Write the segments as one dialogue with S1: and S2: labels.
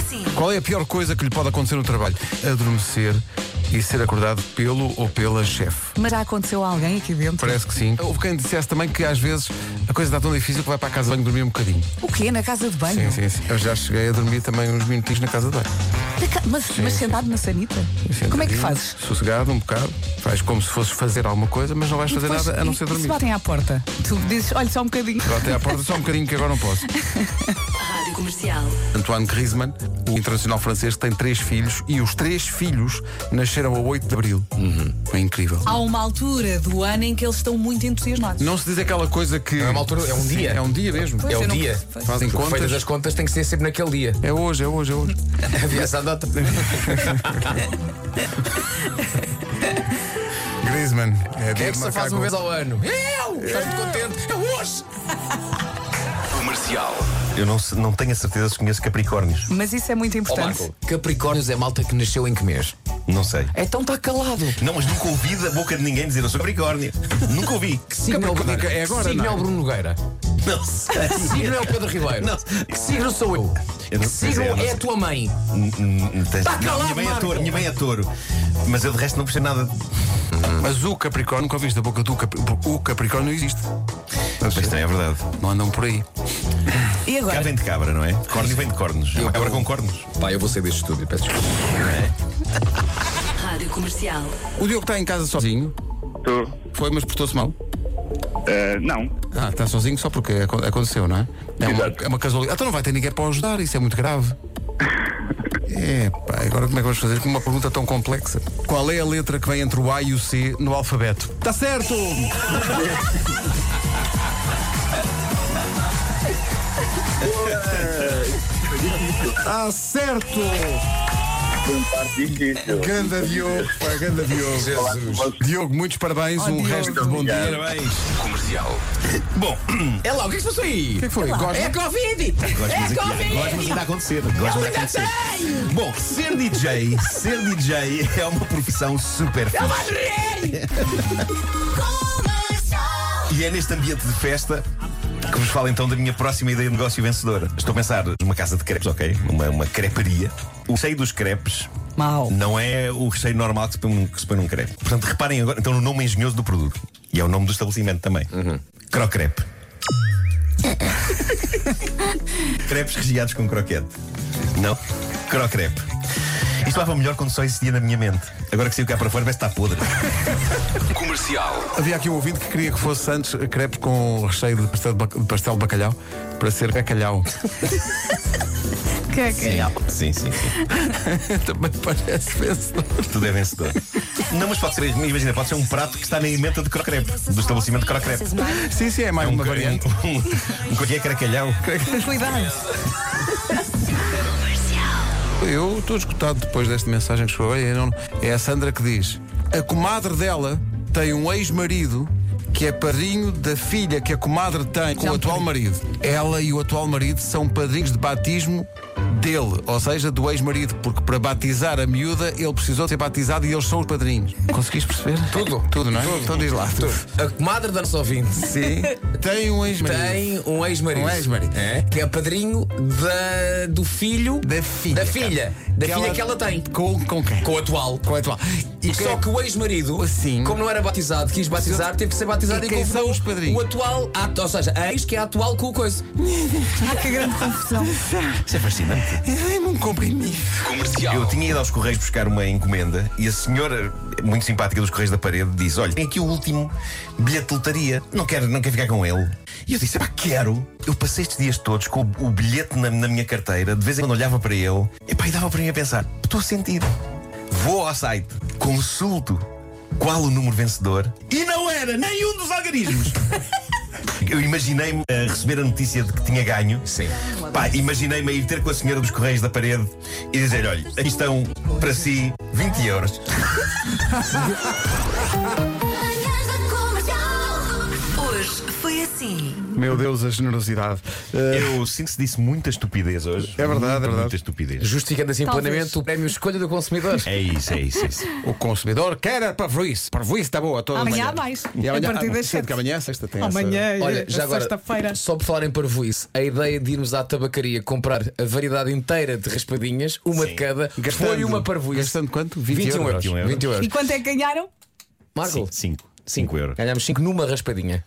S1: assim.
S2: Qual é a pior coisa que lhe pode acontecer no trabalho? Adormecer e ser acordado pelo ou pela chefe.
S3: Mas já aconteceu a alguém aqui dentro?
S2: Parece que sim. Houve quem dissesse também que às vezes a coisa está tão difícil que vai para a casa de banho dormir um bocadinho.
S3: O quê? Na casa de banho?
S2: Sim, sim, sim. Eu já cheguei a dormir também uns minutinhos na casa de banho.
S3: Da ca- Mas, mas
S2: sim.
S3: sentado na sanita?
S2: Sentadinho,
S3: Como é que fazes?
S2: Sossegado, um bocado. Faz como se fosses fazer alguma coisa, mas não vais
S3: E
S2: fazer
S3: depois-
S2: nada a não
S3: e-
S2: ser
S3: e
S2: dormir.
S3: Se batem à porta, tu dizes, olha só um bocadinho.
S2: Vou Até à porta só um bocadinho que agora não posso.
S1: Rádio Comercial.
S2: Antoine Griezmann, o internacional francês, tem três filhos e os três filhos nasceram a 8 de abril.
S3: Uhum.
S2: É incrível.
S3: Há uma altura do ano em que eles estão muito entusiasmados.
S2: Não se diz aquela coisa que.
S4: Não, é uma altura- é um
S2: Sim,
S4: dia.
S2: É um dia mesmo.
S3: Pois,
S4: É
S3: eu
S4: o
S3: não-
S4: dia.
S3: pois.
S2: Fazem
S4: Porque
S2: contas.
S4: Feitas as contas, tem que ser sempre naquele dia.
S2: É hoje, é hoje, é hoje.
S4: Havia essa data.
S2: Griezmann. É
S4: Quem é
S2: dia
S4: que
S2: de
S4: só
S2: marcar
S4: faz
S2: gol.
S4: uma vez ao ano? Eu! Estás muito contente? É hoje!
S5: Eu não, se- não tenho a certeza se conheço Capricórnios.
S3: Mas isso é muito
S4: Ó
S3: importante.
S4: Marco, Ah, Capricórnios é malta que nasceu em que mês?
S5: Não sei.
S4: Então está calado.
S5: Não, mas nunca ouvi da boca de ninguém dizer eu sou Capricórnio. nunca ouvi.
S4: Que signo é o Bruno,
S2: Capricórnio, é agora,
S4: signo
S2: não
S4: é
S2: é?
S4: o Bruno Nogueira?
S5: Não sei.
S4: Que signo é o Pedro Ribeiro?
S5: Não.
S4: Que signo sou eu? que
S5: Eu não sei,
S4: signo
S5: eu não
S4: é a
S5: sei.
S4: tua mãe?
S5: N- n- n- tens-
S4: Tá
S5: Não,
S4: calado,
S5: minha mãe é
S4: Marco.
S5: touro, minha mãe é touro. Mas eu de resto não percebo nada.
S2: Mas o Capricórnio, nunca ouviste da boca do Capri... O Capricórnio não existe.
S5: Mas isto não é verdade.
S2: Não andam por aí.
S3: E
S5: Cá
S3: agora?
S5: vem de cabra, não é? Córnio vem de cornos. É uma cabra com cornos.
S4: Pá, eu vou sair deste estúdio, peço desculpa.
S1: Rádio Comercial.
S2: O Diogo está em casa sozinho.
S6: Tô.
S2: Foi, mas portou-se mal.
S6: Eh, não.
S2: Ah, está sozinho só porque aco- aconteceu, não é? É uma,
S6: Exato.
S2: é uma casualidade. Então não vai ter ninguém para o ajudar, isso é muito grave. É, pá, agora como é que vamos fazer com uma pergunta tão complexa? Qual é a letra que vem entre o A e o C no alfabeto? Está certo! Está Tá certo!
S6: Foi um par difícil.
S2: Ganda Diogo, pá, ganda Diogo. Diogo, muitos parabéns, um
S3: Diogo.
S2: resto de bom dia.
S6: Obrigado.
S5: Parabéns. Comercial. Bom,
S4: É lá, o que é que se passou aí?
S2: O que foi? Gosta?
S4: É Covid!
S5: gosto, mas,
S4: É
S5: ainda- gosto, mas
S4: Covid!
S5: ainda a acontecer. Gosto, mas ainda a acontecer. Bom, ser DJ, ser DJ é uma profissão super fixe. E é neste ambiente de festa que vos falo então da minha próxima ideia de negócio vencedora. Estou a pensar numa casa de crepes, ok? Uma, uma creparia. O recheio dos crepes
S3: Mau.
S2: Hum.
S5: não é o recheio normal que se, põe num, que se põe num crepe. Portanto, reparem agora então no nome engenhoso do produto. E é o nome do estabelecimento também. Crocrepe. Crepes recheados com croquete. Não? Crocrepe. Isto estava melhor quando só existia na minha mente. Agora que saiu cá para fora, parece que está podre.
S2: Havia aqui um ouvinte que queria que fosse antes crepe com recheio de pastel de, bac- de pastel de bacalhau para ser bacalhau.
S3: Que é que é?
S5: Sim, sim, sim.
S2: Também parece vencedor.
S5: Tudo é vencedor. Não, mas pode ser, imagina, pode ser um prato que está na emenda de crocrepe, do estabelecimento de crocrepe.
S2: Sim, sim, é mais uma variante.
S5: Um, um, um colher caracalhão.
S3: Cuidado.
S2: Eu estou escutado depois desta mensagem que chegou. Olha, eu não- É a Sandra que diz: A comadre dela tem um ex-marido que é padrinho da filha que a comadre tem com o atual marido. Ela e o atual marido são padrinhos de batismo dele, ou seja, do ex-marido, porque para batizar a miúda ele precisou ser batizado e eles são os padrinhos. Conseguiste perceber?
S4: Tudo.
S2: Tudo, não é? Então diz lá.
S4: A comadre da nossa ouvinte
S2: Sim. Tem um ex-marido.
S4: tem um ex-marido.
S2: Um ex-marido.
S4: É? Que é padrinho da, do filho.
S2: Da filha.
S4: Da filha. Da filha que ela tem.
S2: Com, com quem?
S4: Com o atual.
S2: Com a atual.
S4: E é
S2: quem-
S4: só que o ex-marido,
S2: Sim.
S4: como não era batizado, quis batizar, teve que ser batizado
S2: E
S4: e,
S2: quem
S4: convidou
S2: são os padrinhos?
S4: O atual, ato- ou seja, a ex que é a atual com o coisa.
S3: Ah, que grande confusão.
S5: Isso é fascinante.
S2: Ai, não comprei
S5: Eu tinha ido aos Correios buscar uma encomenda e a senhora, muito simpática dos Correios da Parede, diz: Olha, tem aqui o último bilhete de lotaria. Não quero, não quero ficar com ele. E eu disse: Pá, quero. Eu passei estes dias todos com o, o bilhete na, na minha carteira, de vez em quando olhava para ele, epá, e dava para mim a pensar: Estou a sentir. Vou ao site, consulto qual o número vencedor e não era nenhum dos algarismos. Eu imaginei-me a receber a notícia de que tinha ganho. Sim. Pá, imaginei-me a ir ter com a senhora dos Correios da parede e dizer-lhe: olha, aqui estão para si 20 euros.
S1: Hoje foi assim.
S2: Meu Deus, a generosidade. Eh,
S5: Eu sinto se disse muita estupidez hoje.
S2: É verdade, é
S5: Muita,
S2: verdade.
S5: Muita estupidez.
S4: Justificando assim
S3: Talvez.
S4: plenamente o prémio Escolha do Consumidor.
S5: É isso, é isso, é isso.
S2: o consumidor quer a parvoíce. Parvoíce está boa toda
S3: Amanhã
S2: manhã.
S3: há mais.
S2: E amanhã,
S3: A partir das
S2: sendo
S3: sete.
S2: que amanhã é sexta tem essa-
S3: Amanhã,
S4: Olha, já agora,
S3: sexta-feira.
S4: só por falar em parvoíce, a ideia de irmos à tabacaria comprar a variedade inteira de raspadinhas, uma de cada,
S2: Gastando-
S4: foi uma parvoíce.
S2: gastando quanto? 20
S4: 21
S2: euros.
S4: euros.
S5: 21 euros.
S4: 21 euros.
S3: E quanto é que ganharam?
S4: Marco,
S5: Cin- Cinco. Cinco
S2: É,
S5: euros.
S4: ganhámos 5 numa raspadinha.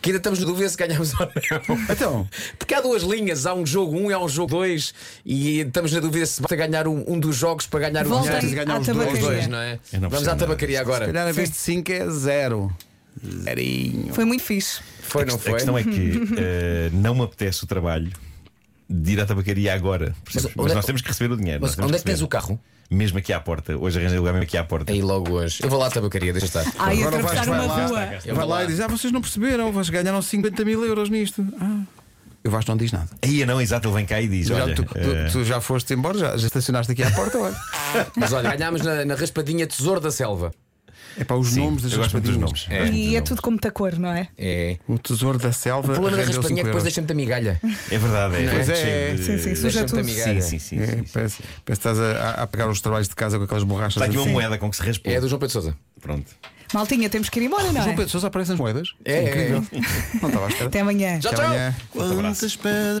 S4: Que ainda estamos na dúvida se ganhámos ou não.
S2: Então,
S4: Porque há duas linhas, há um jogo 1 um e há um jogo 2, e estamos na dúvida se basta ganhar um, um dos jogos para ganhar
S3: Voltem
S4: um dos
S2: ganhar
S3: à
S2: os dois, né?
S3: tabacaria.
S4: Os dois, não é?
S5: Eu
S4: Vamos
S5: não percebo
S4: à
S5: nada
S4: tabacaria
S2: se
S4: agora.
S2: calhar a vez de 5 é zero. Zerinho.
S3: Foi muito fixe.
S4: Foi, não
S5: A
S4: foi?
S5: questão é que eh, não me apetece o trabalho de ir à tabacaria agora. percebes?
S4: Mas
S5: Mas,
S4: onde é-
S5: nós temos que receber o dinheiro.
S4: Mas
S5: nós
S4: onde é que tens
S5: receber.
S4: o carro?
S5: Mesmo aqui à porta. Hoje arranjei lugar mesmo aqui à porta.
S4: Aí logo hoje. Eu vou lá à tabacaria, deixa estar.
S3: Ai,
S2: Agora
S3: atravessar
S2: vais, vai
S3: uma
S2: lá,
S3: rua.
S5: está cá.
S4: Eu
S2: Vai
S4: vou
S2: lá e diz: Ah, vocês não perceberam, vocês ganharam 50 mil euros nisto. Ah. Eu Vasco não diz nada.
S5: Aí é não, exato, ele vem cá e diz:
S2: Já-
S5: Olha,
S2: tu, tu-
S5: eh,
S2: tu já foste embora, já, já estacionaste aqui à porta, olha.
S4: Mas olha, ganhámos na, na raspadinha Tesouro da Selva.
S2: É para os
S5: sim,
S2: nomes das
S5: eu gosto muito dos
S2: raspadinhas.
S5: nomes.
S4: É.
S5: Gosto muito
S3: E
S5: dos
S3: é
S5: nomes.
S3: tudo com muita cor, não é?
S4: É.
S2: O tesouro da selva.
S4: O problema da
S2: rendeu
S4: raspadinha é que
S2: 5
S4: depois
S2: euros.
S4: deixa-me da migalha.
S5: É verdade, é.
S2: Pois é.
S5: cheio de-
S3: Sim, sim, suja
S4: Deixa-me
S3: tudo.
S4: da migalha.
S5: Sim, sim, sim.
S2: É,
S5: sim, sim.
S2: parece, parece que estás a, a- a pegar os trabalhos de casa com aquelas borrachas. assim.
S5: Está aqui uma
S2: Sim.
S5: moeda com que se responde.
S4: É do João Pedro Sousa.
S5: Pronto.
S3: Maltinha, temos que ir embora, não
S2: João
S3: é?
S2: Pedro Sousa aparece nas moedas.
S4: É, é, é.
S2: Incrível. Não estava à espera.
S3: Até amanhã.
S4: Já
S2: Até
S4: tchau.
S2: amanhã.
S5: Forte abraço.
S2: Quantas pedras.